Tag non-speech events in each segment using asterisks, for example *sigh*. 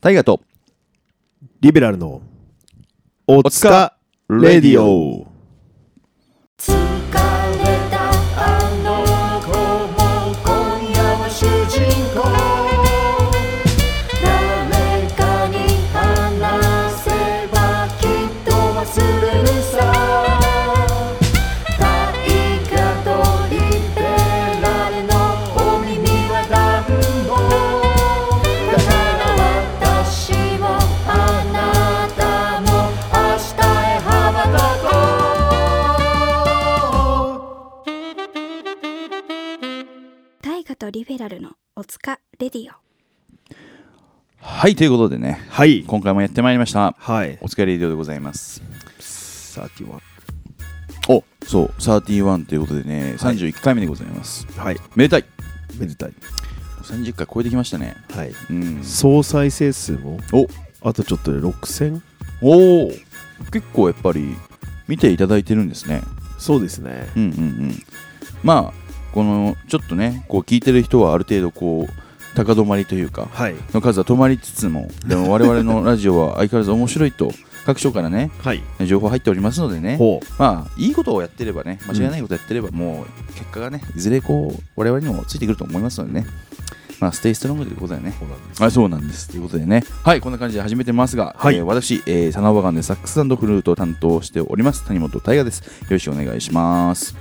大河とリベラルのおつかレディオ疲れたあの子も今夜は主人公誰かに話せばきっと忘れるさ大河とリベラルのお耳は暖房だから私もあなたも明日へ羽ばたこう大河とリベラルのおつかレディオはいということでねはい今回もやってまいりましたはいお疲れレディオでございます31おそう31ということでねはい31回目でございます、はいめでたいめでたい30回超えてきましたねはいうん総再生数もおあとちょっとで6000おお結構やっぱり見ていただいてるんですねそうですねうんうんうんまあこのちょっとねこう聞いてる人はある程度こう高止まりというかはいの数は止まりつつもでも我々のラジオは相変わらず面白いと各所からねはい情報入っておりますのでねほまあいいことをやってればね間違いないことをやってれば、もう結果がねいずれこう我々にもついてくると思いますのでねまあステイストロングということだよねうなんですあそうなんですということでねはいこんな感じで始めてますが、はいえー私、えー、サナバガンでサックスフルートを担当しております谷本大我ですよろしくお願いします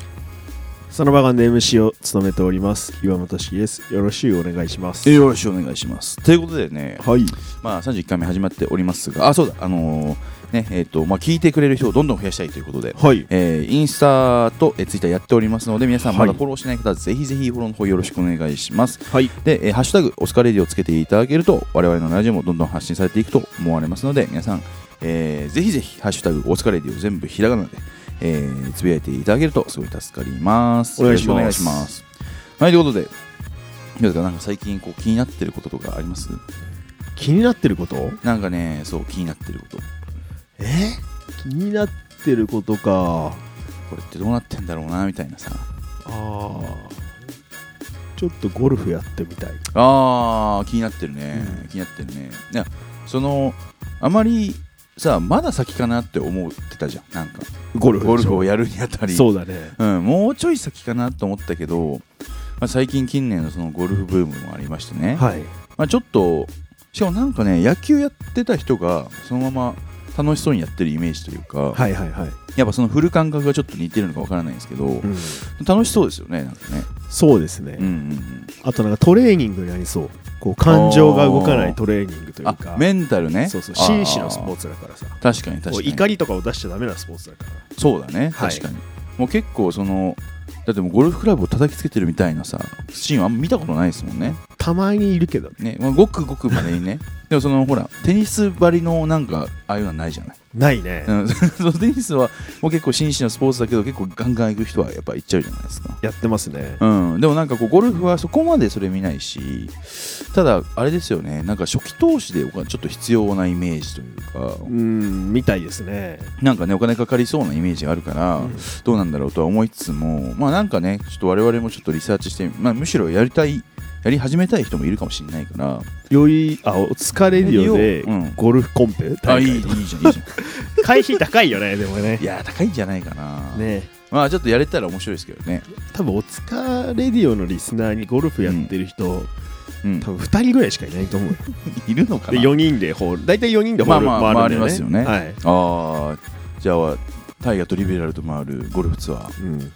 サナバガンで MC を務めております岩本茂ですよろしくお願いしますよろしくお願いしますということでねはいまあ31回目始まっておりますがあそうだあのーねえっ、とまあ聞いてくれる人をどんどん増やしたいということではいえーインスタと、えーツイッターやっておりますので皆さんまだはいフォローしない方はぜひぜひフォローの方よろしくお願いしますはいで、えーハッシュタグオスカレディをつけていただけると我々のラジオもどんどん発信されていくと思われますので皆さん、えーぜひぜひハッシュタグオスカレディを全部ひらがなで、えーつぶやいていただけるとすごい助かりますお願いしよますろくお願いしますはいということでどうですかなんか最近こう気になってることとかあります気になってることなんかねそう気になってることえ気になってることかこれってどうなってんだろうなみたいなさあーちょっとゴルフやってみたいあー気になってるね、気になってるねいやそのあまりさまだ先かなって思ってたじゃんなんかゴルゴルフをややるにあたりそうだねうん、もうちょい先かなと思ったけど、まあ、最近近年のそのゴルフブームもありましてね、はいまあ、ちょっとしかもなんかね野球やってた人がそのまま楽しそうにやってるイメージというか、はいはいはい、やっぱその振る感覚がちょっと似てるのかわからないんですけど、うん楽しそうですよねなんかね、そうですね、うんうんうん、あとなんかトレーニングになりそうこう感情が動かないトレーニングというあかメンタルねそうそう紳士のスあポーーツだからさ確かに確こかうに怒りとかを出しちゃダメなスポーツだからそうだねはい確かに、もう結構そのだってもうゴルフクラブを叩きつけてるみたいなさシーンはあんま見たことないですもんねたまにいるけどね、まあ、ごくごくまでに *laughs* ねでもそのほらテニス張りのなんかああいうのはないじゃない、ないね、うん、 *laughs* そのテニスはもう結構紳士のスポーツだけど結構ガンガン行く人はやっぱ行っちゃうじゃないですかやってますねうん、でもなんかこうゴルフはそこまでそれ見ないしただあれですよねなんか初期投資でお金ちょっと必要なイメージというか、うんみたいですねなんかねお金かかりそうなイメージがあるから、うんどうなんだろうとは思いつつもまあなんかねちょっと我々もちょっとリサーチして、まあ、むしろやりたいやり始めたい人もいるかもしれないからよりあお疲れるよで、うんゴルフコンペあ大いいい会いとじゃんいいじ *laughs* ゃん会費高い *laughs* よねでもねいやー高いんじゃないかな、ねまあちょっとやれたら面白いですけどね、多分おつかレディオのリスナーにゴルフやってる人、うん多分2人ぐらいしかいないと思うよいるのかでな4人でホール大体4人でホールまあまあ回るんだよ回りますよねね、はいああじゃあタイガとリベラルと回るゴルフツアー *laughs* うん、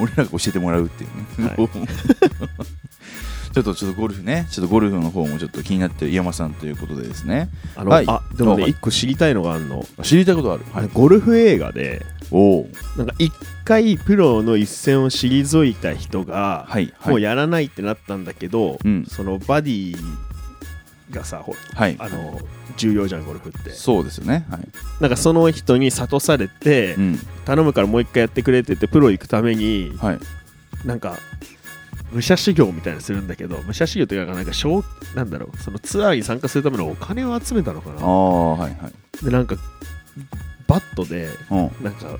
俺らが教えてもらうっていうね、 *laughs* はちょっとちょっとゴルフねちょっとゴルフの方もちょっと気になってる井山さんということでですねあの、はいあでもねはい1個知りたいのがあるの、知りたいことある、はい、ゴルフ映画でおおなんか1回プロの一戦を退いた人が、はいはいもうやらないってなったんだけど、うんそのバディがさほはいあの重要じゃんゴルフってそうですよねはい、なんかその人に諭されて、うん頼むからもう一回やってくれって言ってプロ行くためにはい、なんか武者修行みたいなのするんだけど武者修行というかなんか小なんだろうそのツアーに参加するためのお金を集めたのかあなあはいはいでなんかバットでうんなんか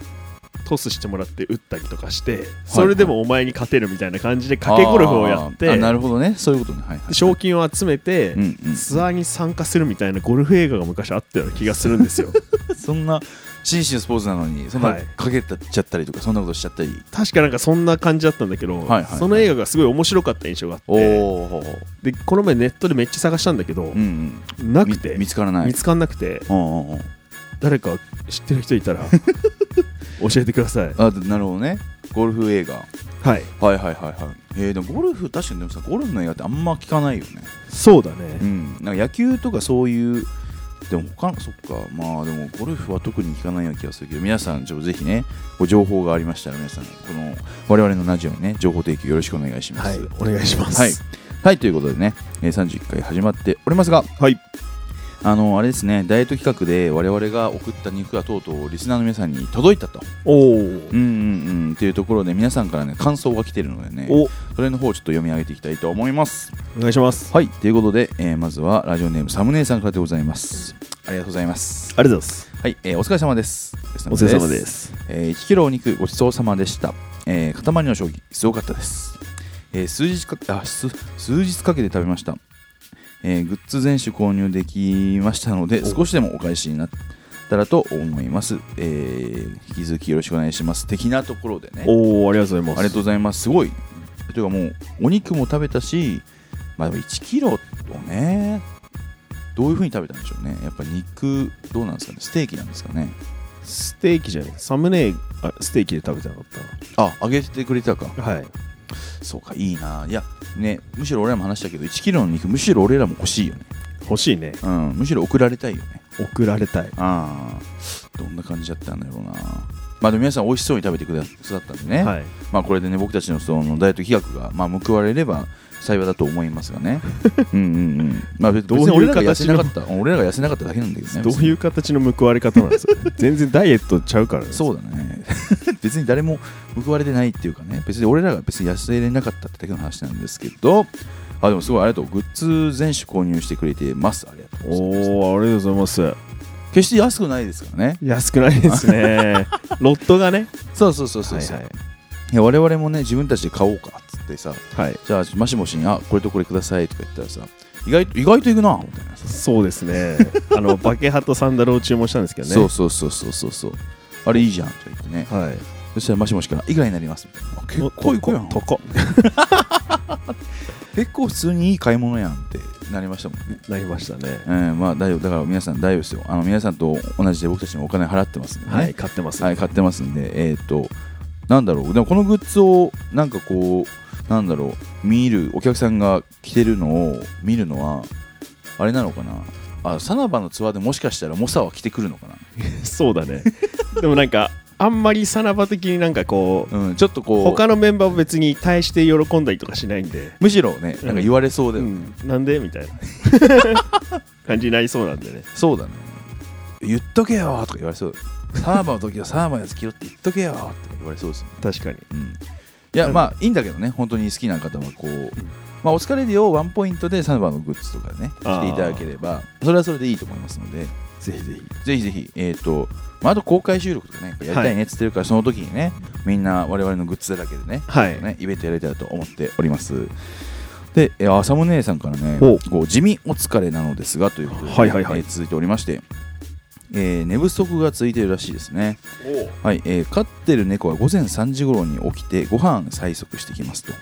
トスしてもらって打ったりとかしてそれでもお前に勝てるみたいな感じで賭けゴルフをやって、あーあなるほどねそういうことねはい、はい、で賞金を集 *laughs* めて、うんうんツアーに参加するみたいなゴルフ映画が昔あったような気がするんで *laughs* すよそんな紳士のスポーツなのにそんなはいかけたっちゃったりとか、そんなことしちゃったり確かなんかそんな感じだったんだけど、はいはいその映画がすごい面白かった印象があっおてお、でこの前ネットでめっちゃ探したんだけど、うんなうん、くみて見つからない見つかんなくてうんうんうん誰か知ってる人い *laughs* たら教えてくださいあなるほどねゴルフ映画はいはいはいはいはいえー、でもゴルフ確かにでもさゴルフの映画ってあんま聞かないよねそうだねうんなんか野球とかそういうでも他のそっかまあでもゴルフは特に聞かないような気がするけど皆さんちょっとぜひねご情報がありましたら皆さんこの我々のラジオにね情報提供よろしくお願いしまはいすお願いしますはい、はい、ということでね、えー31回始まっておりますが、はいあのあれですね、ダイエット企画で我々が送った肉がとうとうリスナーの皆さんに届いたと、おうーんうんうん、っていうところで皆さんからね感想が来てるのでね、おそれの方をちょっと読み上げていきたいと思います。お願いしますはい、ということで、えーまずはラジオネームサムネイさんからでございます。ありがとうございます。ありがとうございますはい、えーお疲れ様です。お疲れ様で。すえー1キロお肉ごちそうさまでした、えー塊の将棋すごかったです、えー数日かあ数数日かけて食べました、えーグッズ全種購入できましたのでお少しでもお返しになったらと思います、えー引き続きよろしくお願いします的なところでねおおありがとうございますありがとうございますすごいというかもうお肉も食べたし、まあ、でも1キロをねどういうふうに食べたんでしょうねやっぱ肉どうなんですかねステーキなんですかねステーキじゃないサムネあステーキで食べてなかっあ揚げてくれたかたはいそうかいいないやねむしろ俺らも話したけど1キロの肉むしろ俺らも欲しいよね、欲しいねうん、むしろ送られたいよね送られたいああどんな感じだったんだろうなまあでも皆さん美味しそうに食べてくださったんでね、はいまあこれでね僕たちのそのダイエット企画がまあ報われれば幸いだと思いますがね *laughs* うんうんうんまあ別どうにいう俺らが痩形せのなかった俺らが痩せなかっただけなんだけどねどういう形の報われ方なんですか全然ダイエットちゃうからねそうだね *laughs* 別に誰も報われてないっていうかね別に俺らが別に痩せれなかったってだけの話なんですけどあでもすごいありがとうグッズ全種購入してくれてますありがとうございますおおありがとうございます決して安くないですからね安くないですねロットがねそうそうそうそうそう、はいいや我々もね自分たちで買おうかっつってさはい、はいじゃあマシモシにあこれとこれくださいとか言ったらさ意外と意外といくなみたいなさ、そうですねあの *laughs* バケハとサンダルを注文したんですけどねそうそうそうそうそうそうあれいいじゃんとか言ってねはいそしたらマシモシからいくらになりますみたいなあ結構いくやん高っ結構普通にいい買い物やんってなりましたもんねなりましたねえー、まあ大丈夫だから皆さん大丈夫ですよあの皆さんと同じで僕たちもお金払ってますんでね、はい買ってます、はい買ってますんでえっ、となんだろうでもこのグッズをなんかこうなんだろう見るお客さんが着てるのを見るのはあれなのかなあサナバのツアーでもしかしたらモサは着てくるのかな、そうだねでもなんかあんまりさらば的になんかこううん、ちょっとこう他のメンバーは別に対して喜んだりとかしないんで、むしろねなんか言われそうだよね、うんなんでみた *laughs* いな感じになりそうなんでねそうだね言っとけよとか言われそうサナバの時はサナバのやつ着ろって言っとけよとか言われそうですね確かにうんいや、うんまあいいんだけどね、本当に好きな方はこう、まあ、お疲れでをワンポイントでサナバのグッズとかね、あしーていただければ、それはそれでいいと思いますので、ぜひぜひぜひぜひ、えっ、と、まあ、あと公開収録とかね、やっぱやりたいねっつってるから、その時にね、みんな我々のグッズだらけでね、はい、ねイベントやりたいと思っております。で、えー浅野姉さんからねお、こう地味お疲れなのですがということで、はいはいはいえー続いておりまして、えー寝不足が続いているらしいですね。はいえー飼ってる猫は午前3時頃に起きてご飯催促してきますと、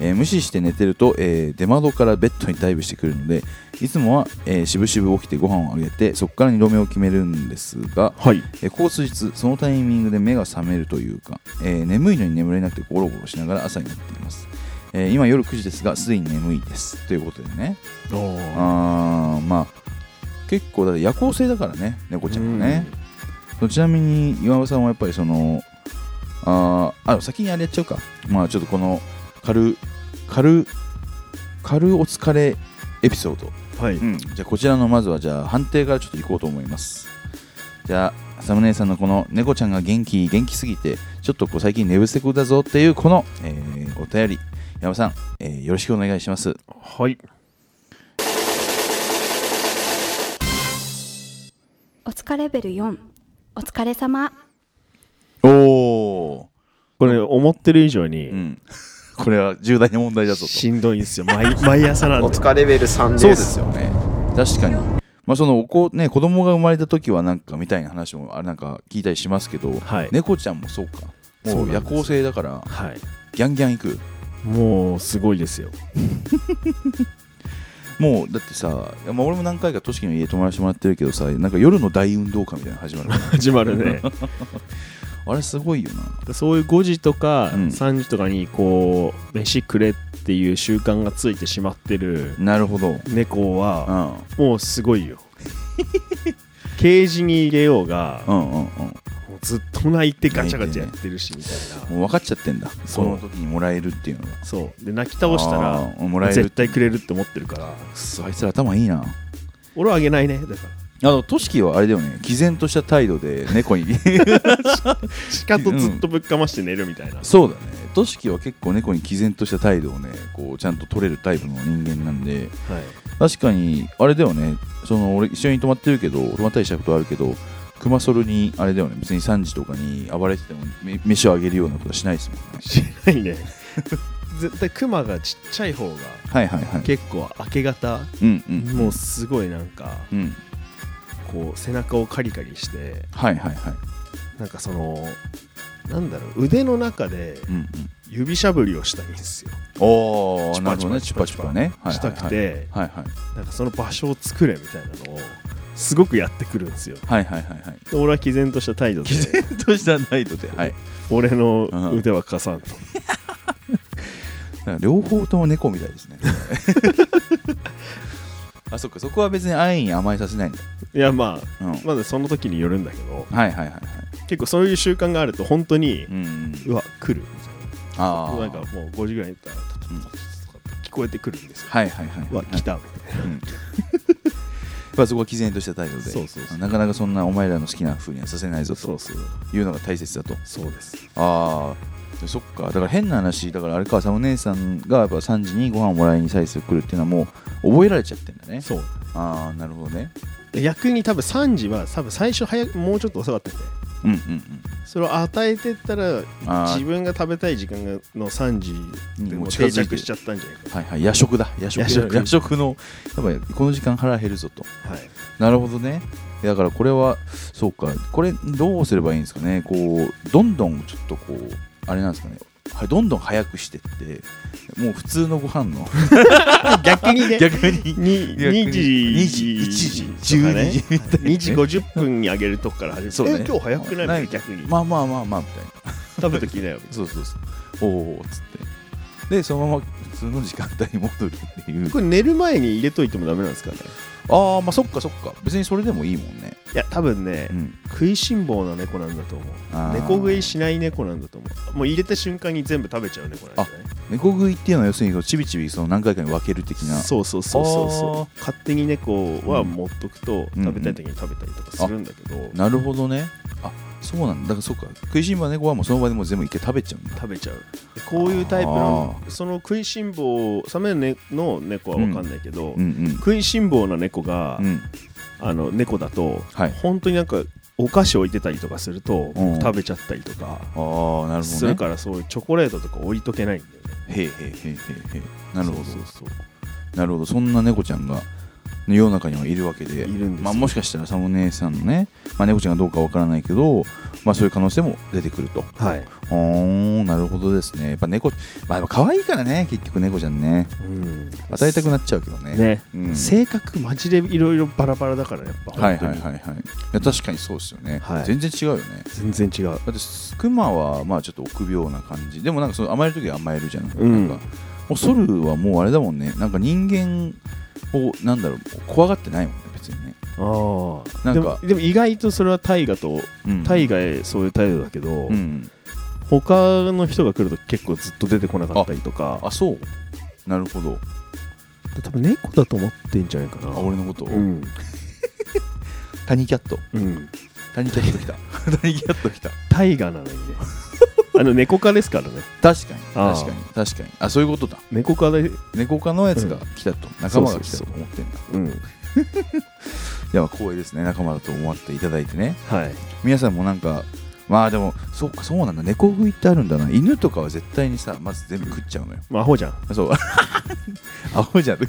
えー無視して寝てると、えー出窓からベッドにダイブしてくるのでいつもはしぶしぶ起きてご飯をあげてそこから2度目を決めるんですが、はいえーここ数日そのタイミングで目が覚めるというか、えー眠いのに眠れなくてゴロゴロしながら朝になっています、えー今夜9時ですがすでに眠いですということでねおーあーまあ結構だって夜行性だからね猫ちゃんはね、ちなみに岩尾さんはやっぱりそのあーあ先にあれやっちゃうかまあちょっとこの軽軽軽お疲れエピソード、うんはい、うん、じゃあこちらのまずはじゃあ判定からちょっといこうと思いますじゃあサムネさんのこの猫ちゃんが元気元気すぎてちょっとこう最近寝不足だぞっていうこの、えーお便り山尾さん、えーよろしくお願いしますはいお疲れレベル4お疲れ様おおこれ思ってる以上に、うん、これは重大な問題だぞとしんどいんですよ毎毎朝なんおでつかレベル3ですそうですよね確かにまあそのお子ね子供が生まれた時はなんかみたいな話もあれなんか聞いたりしますけど、はい、猫ちゃんもそうかそうもなうんです夜行性だからはい、ギャンギャン行くもうすごいですよもうだってさ、まあ、俺も何回かとしきの家泊まらせてもらってるけどさなんか夜の大運動会みたいなの始まる始まるねあれすごいよなそういう5時とかうん3時とかにこう飯くれっていう習慣がついてしまってるなるほど猫うはんもうすごいよケージに入れようがうんうんうんもうずっと泣いてガチャガチャやってるしみたいなもう分かっちゃってんだそそうの時にもらえるっていうのがそうで泣き倒したらあーもらえる絶対くれるって思ってるからくそあいつら頭いいな俺はあげないねだかあのトシキはあれだよね毅然とした態度で猫 *laughs* にら鹿とずっとぶっかまして寝るみたいな、そうだねトシキは結構猫に毅然とした態度をねこうちゃんと取れるタイプの人間なんではい、確かにあれだよねその俺一緒に泊まってるけど泊まったりしたことあるけどクマソルにあれだよね別に3時とかに暴れててもめ飯をあげるようなことはしないですもんねしないね絶対クマがちっちゃい方がはいはいはい結構明け方、うんうんもうすごいなんかうんこう背中をカリカリしてはいはいはいなんかそのなんだろう腕の中でうんうん指しゃぶりをしたいんですよ、おおチュなパるほチュどパねチュパチュパねはいしはいたはいくてはいはいなんかその場所を作れみたいなのをすごくやってくるんですよはいはいはいはいで俺は毅然とした態度で毅然 *laughs* とした態度ではい俺の腕は貸さんと、なんか両方とも猫みたいですね。 *laughs* あ、そっか、そこは別に安易に甘えさせないんだ。いやまあうん。はいまだその時によるんだけどはいはいはい。結構そういう習慣があると本当に、うんうん。うわ来るみたいなああ。なんかもう5時ぐらいに行ったらタタタタタタ聞こえてくるんですよ。はいはいはい。うわ来たうん。 *laughs* やっぱそこは毅然とした態度でそうそうそうなかなかそんなお前らの好きな風にはさせないぞそとうそういうのが大切だとそうです。ああそっかだから変な話だからあれかさお姉さんがやっぱ3時にご飯をもらいに再生来るっていうのはもう覚えられちゃってんだねそうああなるほどねで逆に多分3時は多分最初早くもうちょっと遅かったんでうんうんうんそれを与えてったらあー自分が食べたい時間がの3時でもう定着しちゃったんじゃないかはいはい、夜食だ夜食夜食夜食のやっぱりこの時間腹減るぞとはい、なるほどねだからこれはそうかこれどうすればいいんですかねこうどんどんちょっとこうあれなんですかねはいどんどん早くしてってもう普通のご飯の逆にね逆にに逆に2時2時1時とかね12時みたいな2時50分にあげるとこから始めてそうねえ今日早くないみたいないな逆に、まあまあまあまあみたいな食べときなよみたいなそうそうそうおーおーっつってでそのまま普通の時間帯に戻るっていうこれ寝る前に入れといてもダメなんですかねああまあそっかそっか別にそれでもいいもんね、いや多分ね、うん、食いしん坊な猫なんだと思あーう猫食いしない猫なんだと思うもう入れた瞬間に全部食べちゃう猫なんじゃない猫食いっていうのは要するにそのちびちびその何回かに分ける的なそうそうそうそうあーそう勝手に猫は持っとくと、うん食べたい時に食べたりとかするんだけど、なるほどねあそうなんだだからそうか食いしん坊猫はもうその場でもう全部一回食べちゃうんだ食べちゃうでこういうタイプのその食いしん坊サメの猫は分かんないけど、うんうん食いしん坊な猫が、うんあの猫だと、はい本当になんかお菓子置いてたりとかすると、うん食べちゃったりとかああなるほすどねるからそういうチョコレートとか置いとけないんだよねへえへえへえへえへえなるほどそうそうそうなるほどそんな猫ちゃんが世の中にはいるわけでいるんですよまあ、もしかしたらサム姉さんのね、まあ、猫ちゃんがどうかわからないけど、まあ、そういう可能性も出てくるとはい、ほーんなるほどですねやっぱ猫まあでも可愛いからね結局猫ちゃんねうん、与えたくなっちゃうけどねね、うん性格マジでいろいろバラバラだからやっぱはい本当はいに、はいはいいや確かにそうですよね、はい全然違うよね全然違うだってスクマはまあちょっと臆病な感じでもなんかその甘える時は甘えるじゃん,、うんなんかもうソルはもうあれだもんねなんか人間をなんだろう怖がってないもんね別にね、ああなんかでもでも意外とそれは大河とうん、大河へそういう態度だけど、うん他の人が来ると結構ずっと出てこなかったりとかあそうなるほど多分猫だと思ってんじゃないかなあ俺のこと、うん、タニキャットうん、タニキャット *laughs* 来たタニキャット来た大河なのにね *laughs* あの猫科ですからね確かにあー確かに確かにあそういうことだ猫科で猫科のやつが来たと、仲間が来たそとうそうそう思ってんだうんいやまあ光栄ですね仲間だと思っていただいてねはい皆さんもなんかまあでもそうかそうなんだ猫食いってあるんだな犬とかは絶対にさまず全部食っちゃうのよまあ、アホじゃん。 *laughs* そうアホじゃんい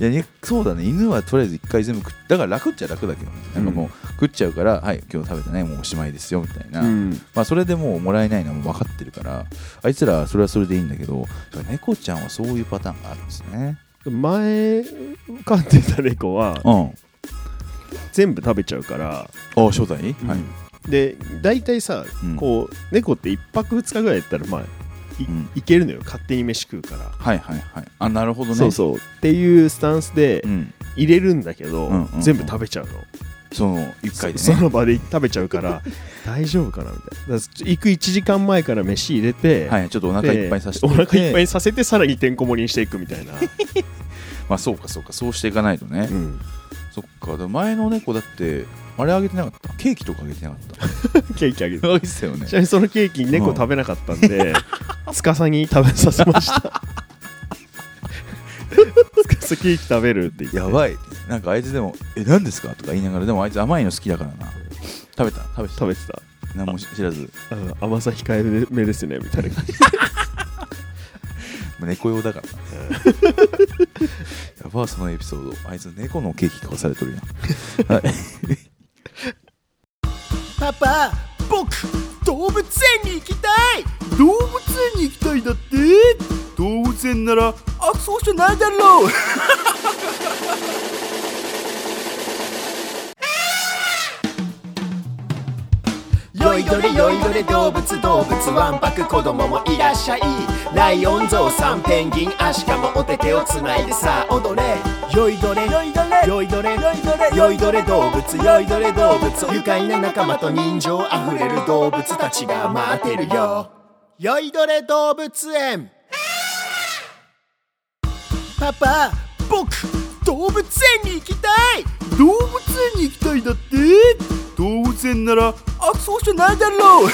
やねそうだね犬はとりあえず一回全部食っだから楽っちゃ楽だけどねなんかもう、食っちゃうからはい今日食べたねもうおしまいですよみたいな、うん。まあ、それでもうもらえないのはもう分かってるからあいつらはそれはそれでいいんだけど猫ちゃんはそういうパターンがあるんですね前、飼ってた猫は、うんあ全部食べちゃうから、あ初代、はいで、大体さ、うんこう、猫って1泊2日ぐらいやったら、まあ、い,、うんけるのよ。勝手に飯食うから。はいはいはいあなるほどねそうそう。っていうスタンスでうん、入れるんだけど、うんうんうん全部食べちゃうの。その一回でそそ *laughs* ねの場で食べちゃうから *laughs* 大丈夫かなみたいなだから行く1時間前から飯入れて、はいちょっとお腹いっぱいさせておおい腹いっぱいいにさせてさらにてんこ盛りにしていくみたいな、まあそうかそうかそうしていかないとね、うんそっかでも前の猫だってあれあげてなかったケーキとかあげてなかった *laughs* ケーキあげてそうですよねちなみにそのケーキ猫食べなかったんで、つかさに食べさせました *laughs* つかさケーキ食べるって言ってやばいなんかあいつでも「え何ですか?」とか言いながらでもあいつ甘いの好きだからな食べた食べた食べてた何も知らずうん甘さ控えめですねみたいな感じまあ猫用だからな *laughs* やばそのエピソードあいつ猫のケーキとかされとるやんパパ僕動物園に行きたい動物園に行きたいだって動物園ならあそうじゃないだろうよいどれよいどれ動物動物わんぱく子供もいらっしゃいライオンゾウさんペンギンアシカもお手手をつないでさあ踊れよいどれよいどれよいどれよいどれよいどれ動物よいどれ動物愉快な仲間と人情あふれる動物たちが待ってるよよいどれ動物園パパ僕動物園に行きたい動物園に行きたいだって動物園ならあそうじゃないだろう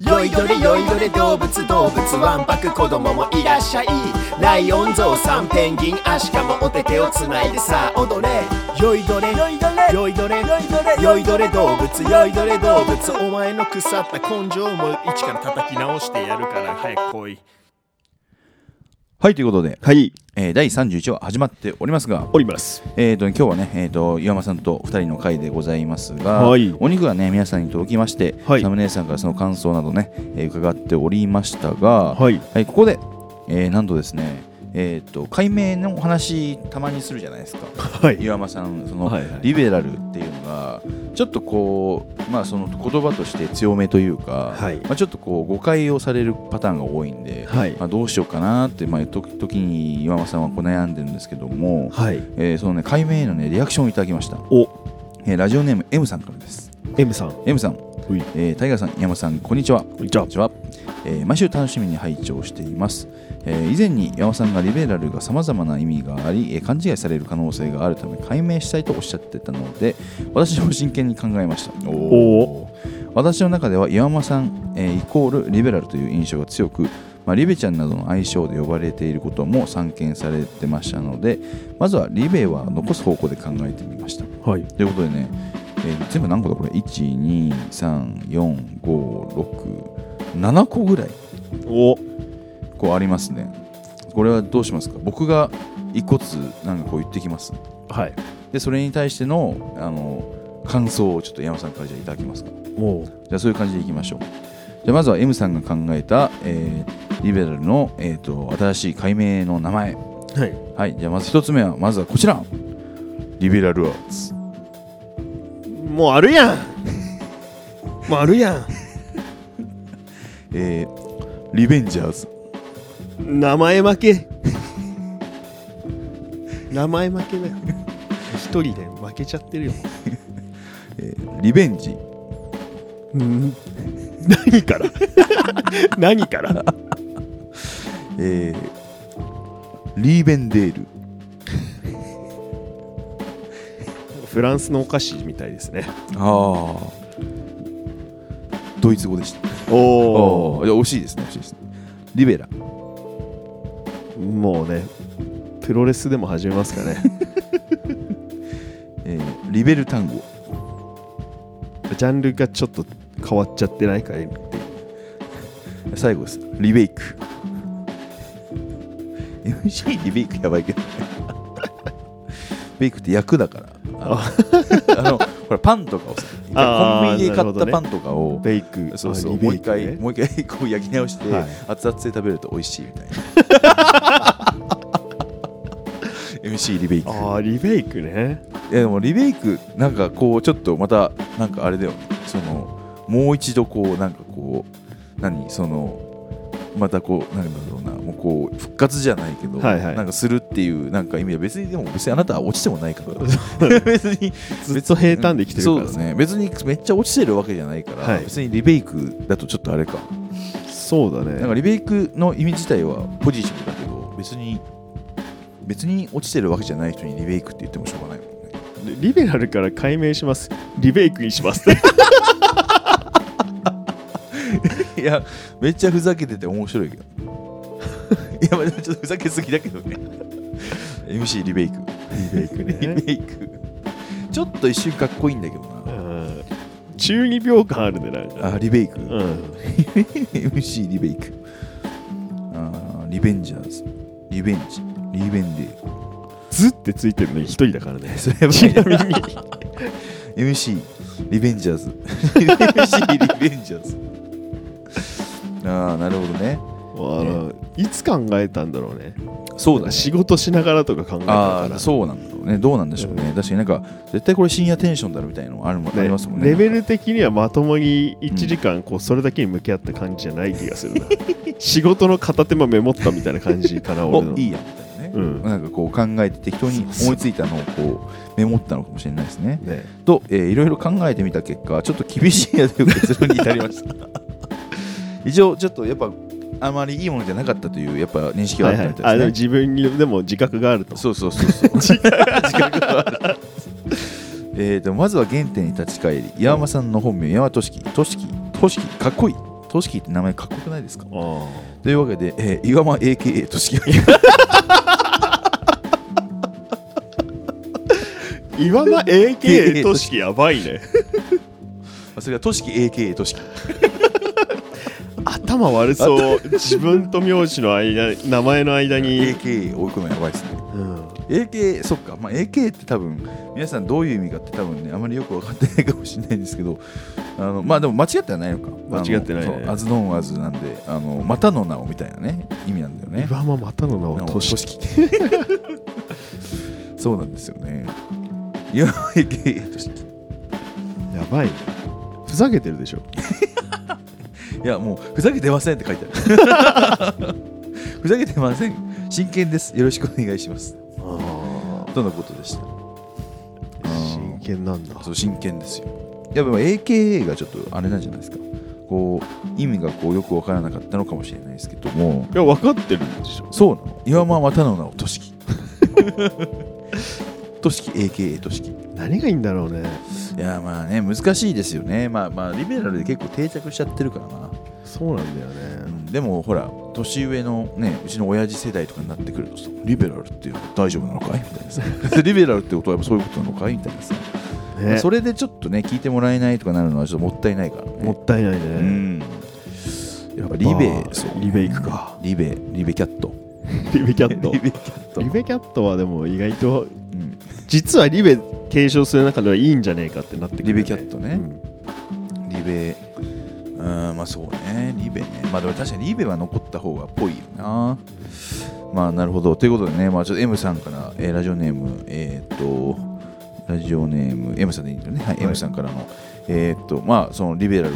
よいどれよいどれ動物動物わんぱく子供もいらっしゃいライオンゾウさんペンギンアシカもお手手をつないでさあ踊れよいどれよいどれよいどれよいどれよいどれ動物よいどれ動物お前の腐った根性も一から叩き直してやるから早く来いはいということで、はいえー第31話始まっておりますがおりますえー、と今日はね、えー、と岩間さんと2人の回でございますが、はいお肉がね皆さんに届きまして、はいサムネイさんからその感想などね、えー伺っておりましたが、はいここで、えーなんとですね、えー、と解明のお話たまにするじゃないですか、はい岩間さんその、はいはいリベラルっていうのがちょっとこう、まあ、その言葉として強めというか、はいまあ、ちょっとこう誤解をされるパターンが多いんで、はいまあ、どうしようかなって、まあ、と時に岩間さんはこう悩んでるんですけども、はいえーそのね解明へのねリアクションをいただきました、おえーラジオネーム M さんからです M さん M さん、いえー、タイガーさん山さんこんにちはにちはえー毎週楽しみに拝聴しています、えー以前に山さんがリベラルがさまざまな意味があり、えー勘違いされる可能性があるため解明したいとおっしゃってたので私も真剣に考えましたお私の中では岩間さん、えーイコールリベラルという印象が強く、まあ、リベちゃんなどの愛称で呼ばれていることも散見されてましたのでまずはリベは残す方向で考えてみましたはいということでね、えー全部何個だこれ1234567個ぐらいおこうありますねこれはどうしますか僕が1個ずつなんかこう言ってきますはいでそれに対してのあの感想をちょっと山さんからじゃあいただきますかおじゃあそういう感じでいきましょう。じゃあまずは M さんが考えた、えーリベラルの、えー、と新しい解明の名前。はいはい、じゃあまず一つ目は、まずはこちら。リベラルアーツ。もうあるやんもうあるやえーリベンジャーズ。ん名前負け名前負けだよ一人で負けちゃってるよえーリベンジ。何から *laughs* 何からえーリーベンデール。フランスのお菓子みたいですねああ。ドイツ語でした。おおお。いや惜しいですね、惜しいですね。リベラ。もうねプロレスでも始めますかね *laughs* えーリベル単語ジャンルがちょっと変わっちゃってないかい最後ですリベイク MC リベイクやばいけどねベイクって役だからあのあのほらパンとかをさ一回 *laughs* あコーンビニで買なるっほたどねパンとかをベイクそうそうあリもうベ一イクね回もう一回 *laughs* こう焼き直して、はい熱々で食べると美味しいみたいな *laughs* MC リベイクああリベイクねいやでもリメイクなんかこうちょっとまたなんかあれだよねそのもう一度こうなんかこう何そのまたこうなんだろうなもうこう復活じゃないけど、はいはいなんかするっていうなんか意味は別にでも別にあなたは落ちてもないから *laughs* 別にずっと平坦で生きてるからそうだね別にめっちゃ落ちてるわけじゃないから、はい別にリベイクだとちょっとあれかそうだなんかねリベイクの意味自体はポジティブだけど別に別に落ちてるわけじゃない人にリベイクって言ってもしょうがないもんねリベラルから解明しますリベイクにしますいや、めっちゃふざけてて面白いけど。 *laughs* いや、まあちょっとふざけすぎだけどね。MC リベイク。リベイクリベイク。ちょっと一瞬かっこいいんだけどうな。ん中二秒間あるねなんかあ、リベイク。うん *laughs* MC リベイク。あーリベンジャーズ。リベンジ。リベンデー。ずってついてるのに一人だからねそれちやなばいみに *laughs* MC リベンジャー *laughs* ズ。MC リベンジャーズ。ああ、なるほどね。あのいつ考えたんだろうねそうなんか仕事しながらとか考えたあかあらそうなんだろうねどうなんでしょうね、う確かになんか絶対これ深夜テンションだろみたいなのあるもん、ねありますもんねレベル的にはまともに1時間こうそれだけに向き合った感じじゃない気がす *laughs* るな仕事の片手間メモったみたいな感じかなお俺のいいやみたいなね、うんなんかこう考えて適当に思いついたのをこうメモったのかもしれないですねね、と、えーいろいろ考えてみた結果ちょっと厳しいなという結論に至りま *laughs* した以上ちょっとやっぱあまりいいものじゃなかったというやっぱ認識ははあっいたみはいたあいでもですね、自分にでも自覚があるとそうそうそうそう *laughs* 時間がある *laughs* えーとまずは原点に立ち返り岩間さんの本名岩間俊樹俊樹俊樹かっこいい俊樹って名前かっこよくないですかあというわけで、えー、岩間 AKA *laughs* 俊樹ー岩間 AK としきやばいねそれが俊樹 AKA 俊樹頭悪そう自分と名字の間名前の間に、 AKA 追い込むのやばいですねうん、 AK そっか、まあ、AK って多分皆さんどういう意味かって多分ねあまりよく分かってないかもしれないんですけどあのまあでも間違ってはないのか間違ってないねあのそうアズノンアズなんであのまたの名をみたいなね意味なんだよね岩間またの名をとしきき *laughs* そうなんですよねいや AK としきやばいねふざけてるでしょいやもうふざけてませんって書いてあるふざけてません真剣ですよろしくお願いしますとのことでした真剣なんだそう真剣ですよやっぱ AKA がちょっとあれなんじゃないですかこう意味がこうよくわからなかったのかもしれないですけどもいや分かってるんでしょそうなの岩間渡の名をとし *laughs* きとしき AKA としき何がいいんだろうねいやまあね難しいですよねまあまあリベラルで結構定着しちゃってるからな、そうなんだよね、うんでもほら年上のねうちの親父世代とかになってくるとさリベラルっていうのは大丈夫なのかいみたいなさリベラルってことはやっぱそういうことなのかいみたいなさ、ねそれでちょっとね聞いてもらえないとかなるのはちょっともったいないからねもったいないね、うんやっぱリベそうリベ行くかリベリベキャット *laughs* リベキャットリベキャットリベキャットはでも意外とうん実はリベ継承する中ではいいんじゃねえかってなってくる、ね、リベキャットねうんリベうんまあそうねリベねまあでも確かにリベは残った方がぽいよなまあなるほどということでねまあちょっと M さんから、えーラジオネームえーっとラジオネーム M さんでいいんだよねはい、M さんからのえーっとまあそのリベラル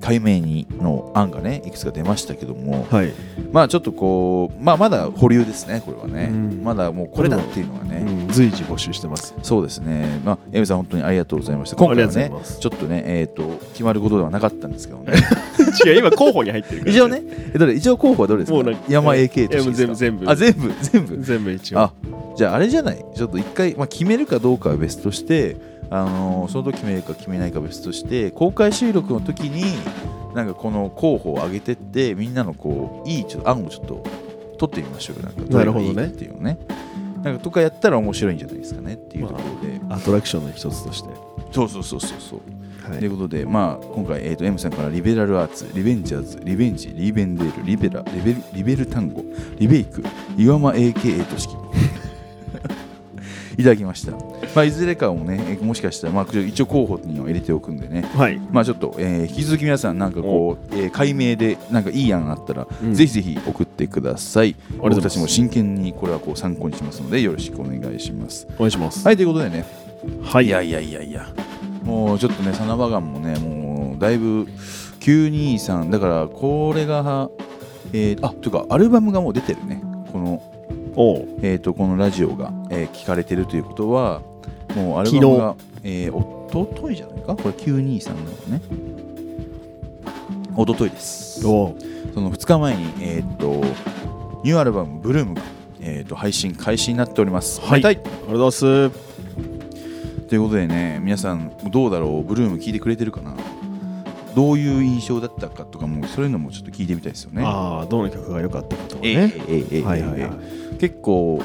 解明にの案がねいくつか出ましたけども、はいまあちょっとこうまあまだ保留ですねこれはね、うんまだもうこれだっていうのはね、うん随時募集してますそうですね、まあ、エムさん、本当にありがとうございました。今回はありがねとうございま、すちょっとね、えーと、決まることではなかったんですけどね、 *laughs* *laughs* 違う今候補に入ってるから、一応ね、えどれ一応候補はどれですもかうなんか山 AK とえしてですか全部全部あ、全部、全部。全部一応あじゃあ、あれじゃない、ちょっと一回、まあ、決めるかどうかは別として、あのーその時決めるか決めないかは別として、公開収録の時に、なんかこの候補を上げてって、みんなのこういいちょっと案をちょっと取ってみましょうよ、なんかどれがいいかっていうのね。なんかとかやったら面白いんじゃないですかねっていうところで、アトラクションの一つとして。そうそうそうそうそうはということで、まあ、今回、えー、と M さんからリベラルアーツ、リベンジャーズ、リベンジ、リベンデール、リベラ、リベルリベル単語、リベイク、岩間 AKA としき。 *laughs* いただきました、まあ、いずれかをね、えーもしかしたら、まあ、一応候補には入れておくんでね、はい。まあ、ちょっと、えー引き続き皆さん、なんかこう、えー解明で、なんかいい案あったら、うんぜひぜひ送ってください。がとうござい僕ますたちも真剣にこれはこう参考にしますので、よろしくお願いします。お願いします。はい、ということでね、はいやいやいやいやもうちょっとねサナバガンもねもうだいぶ923だからこれがえー、あというかアルバムがもう出てるねこのおうえー、とこのラジオが、えー聞かれてるということはもうアルバムが、えー、おとといじゃないかこれ923なのねおとといですおうその2日前に、えー、とニューアルバム「ブルームが、えー、と配信開始になっております、はい。おあめりでがたとうございます。ということでね皆さんどうだろうブルーム聞いてくれてるかなどういう印象だったかとかもそういうのもちょっと聞いてみたいですよね。ああ、どの曲が良かったかとかええね。ええええはいはいはいえ。え結構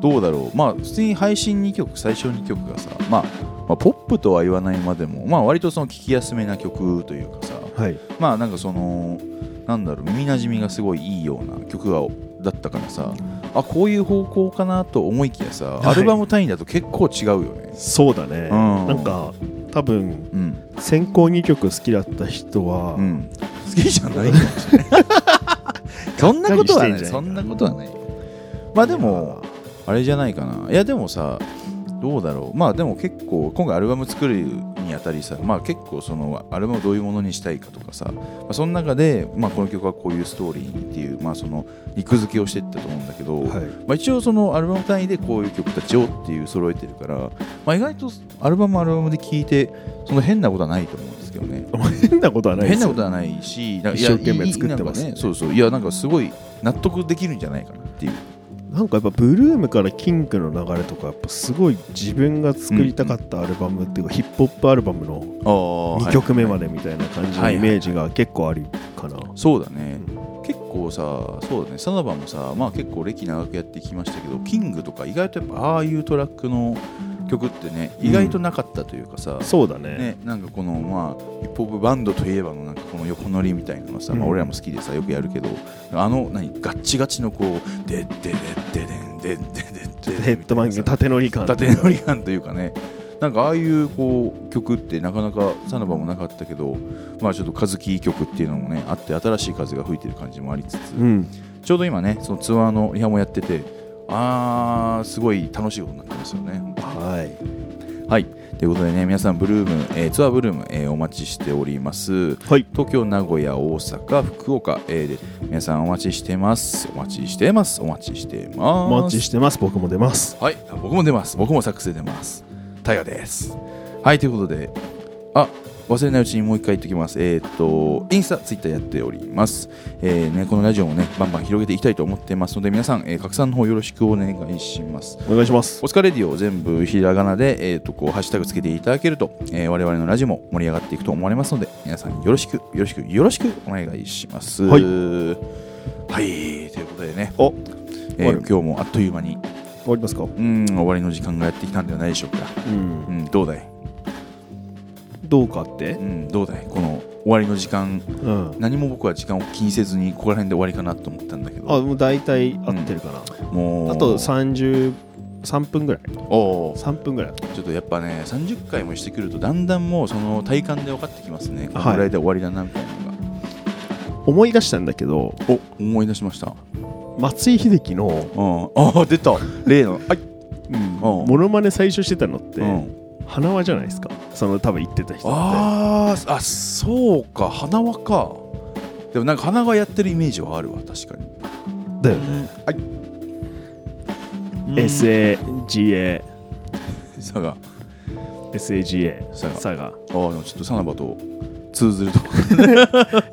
どうだろうまあ普通に配信2曲最初2曲がさ、まあ、まあポップとは言わないまでもまあ割とその聞きやすめな曲というかさはい。まあなんかそのなんだろう耳なじみがすごいいいような曲がだったからさあこういう方向かなと思いきやさ、はいアルバム単位だと結構違うよね。そうだね。んなんか、多分うん、先行2曲好きだった人はう、ん、好きじゃないかもしれない *laughs* そんなことはないそんなことはないまあでもあれじゃないかないやでもさどうだろうまあでも結構今回アルバム作るにあたりさまあ結構そのアルバムをどういうものにしたいかとかさ、まあ、その中で、まあ、この曲はこういうストーリーにっていうまあその陸付けをしていったと思うんだけど、はい。 *laughs* まあ、一応そのアルバム単位でこういう曲たちをっていう揃えてるから、まあ、意外とアルバムはアルバムで聴いてその変なことはないと思うんですけどね変なことはないです変なよことはないし、なんか一生懸命作ってますいやいいなんかね。そうそう、いや、なんかすごい納得できるんじゃないかなっていう。なんかやっぱブルームからキンクの流れとかやっぱすごい自分が作りたかったアルバムっていうかヒップホップアルバムのああ2曲目までみたいな感じのはいイメージが結構あるかなそうだね。結構さ、そうだね、サナバもさ、まあ結構歴長くやってきましたけど、キングとか意外とやっぱああいうトラックの曲ってね、意外となかったというかさ、そうだねね、なんかこのまあヒップホップバンドといえばのなんかこの横乗りみたいなのさ、まあうん俺らも好きでさよくやるけどあの何ガッチガチのこうでででででんでんでんでんでんでんみたいなさヘッドバンギング縦乗り感縦乗り感というかねなんかああいうこう曲ってなかなかサナバもなかったけどまあちょっと風キ曲っていうのもねあって新しい風が吹いてる感じもありつつ、うんちょうど今ねそのツアーのリハもやっててあーすごい楽しいことになってますよねはいはいということでね皆さんブルーム、えーツアーブルーム、えーお待ちしておりますはい東京名古屋大阪福岡、えーで皆さんお待ちしてますお待ちしてますお待ちしてますお待ちしてます僕も出ますはい、僕も出ます。僕も作成出ます。タイガです。はい、ということで、あ忘れないうちにもう一回言ってきます。えーっ、と、インスタ、ツイッターやっております。えーね、このラジオもね、バンバン広げていきたいと思ってますので、皆さん、えー拡散の方よろしくお願いします。お願いしますオスカレディオ全部ひらがなで、えーっ、と、こう、ハッシュタグつけていただけると、えー我々のラジオも盛り上がっていくと思われますので、皆さんよろしく、よろしく、よろしくお願いします。ははいい、ということでね、えおー終わる今日もあっという間に終わりますかうん、終わりの時間がやってきたんではないでしょうか。うんうん、どうだいどうかってうん、どうだいこの終わりの時間、うん何も僕は時間を気にせずに、ここら辺で終わりかなと思ったんだけあど、もう大体合ってるかなもう、あと33分ぐらいおー3分ぐらいちょっとやっぱね、30回もしてくると、だんだんもう、その体感で分かってきますね。このぐらいで終わりだな、みたいなのが。思い出したんだけどお思い出しました。松井秀喜のうん、あ、出た例の。はい。うんモノマネ最初してたのって、うん花輪じゃないですかその多分言ってた人ってあーあ、そうか、花輪か。でもなんか花がやってるイメージはあるわ、確かに。 *laughs* だよねうん SAGA 佐賀 SAGA 佐賀佐賀ああ、でもちょっとサナバと通ずるとこ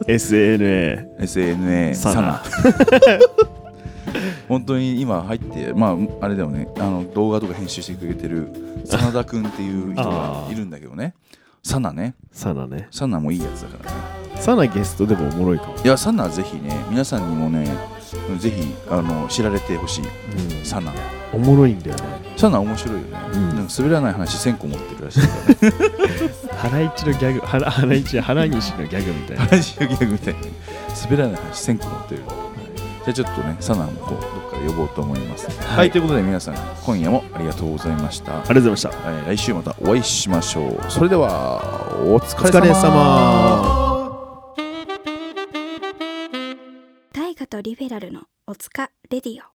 SNA *laughs* SNA サナサナ *laughs* 本当に今入って、まあ、あれだよね、あの動画とか編集してくれてる真田君っていう人がいるんだけどね、サナね、サナねサナもいいやつだからね。サナゲストでもおもろいかも、いやサナぜひね皆さんにもねぜひあの知られてほしいサナおもろいんだよねサナ面白いよね、うんなんか滑らない話1000個持ってるらしいからねハライチのギャグハラハライチハラニシのギャグみ *laughs* たいな話のギャグみたいに滑らない話1000個持ってる、じゃあちょっとねサナもこうどっかで呼ぼうと思いますはい、ということで皆さん今夜もありがとうございました、ありがとうございましえー来週またお会いしましょうそれではお疲たおれ様疲れ様大河とリベラルのおつかレディオ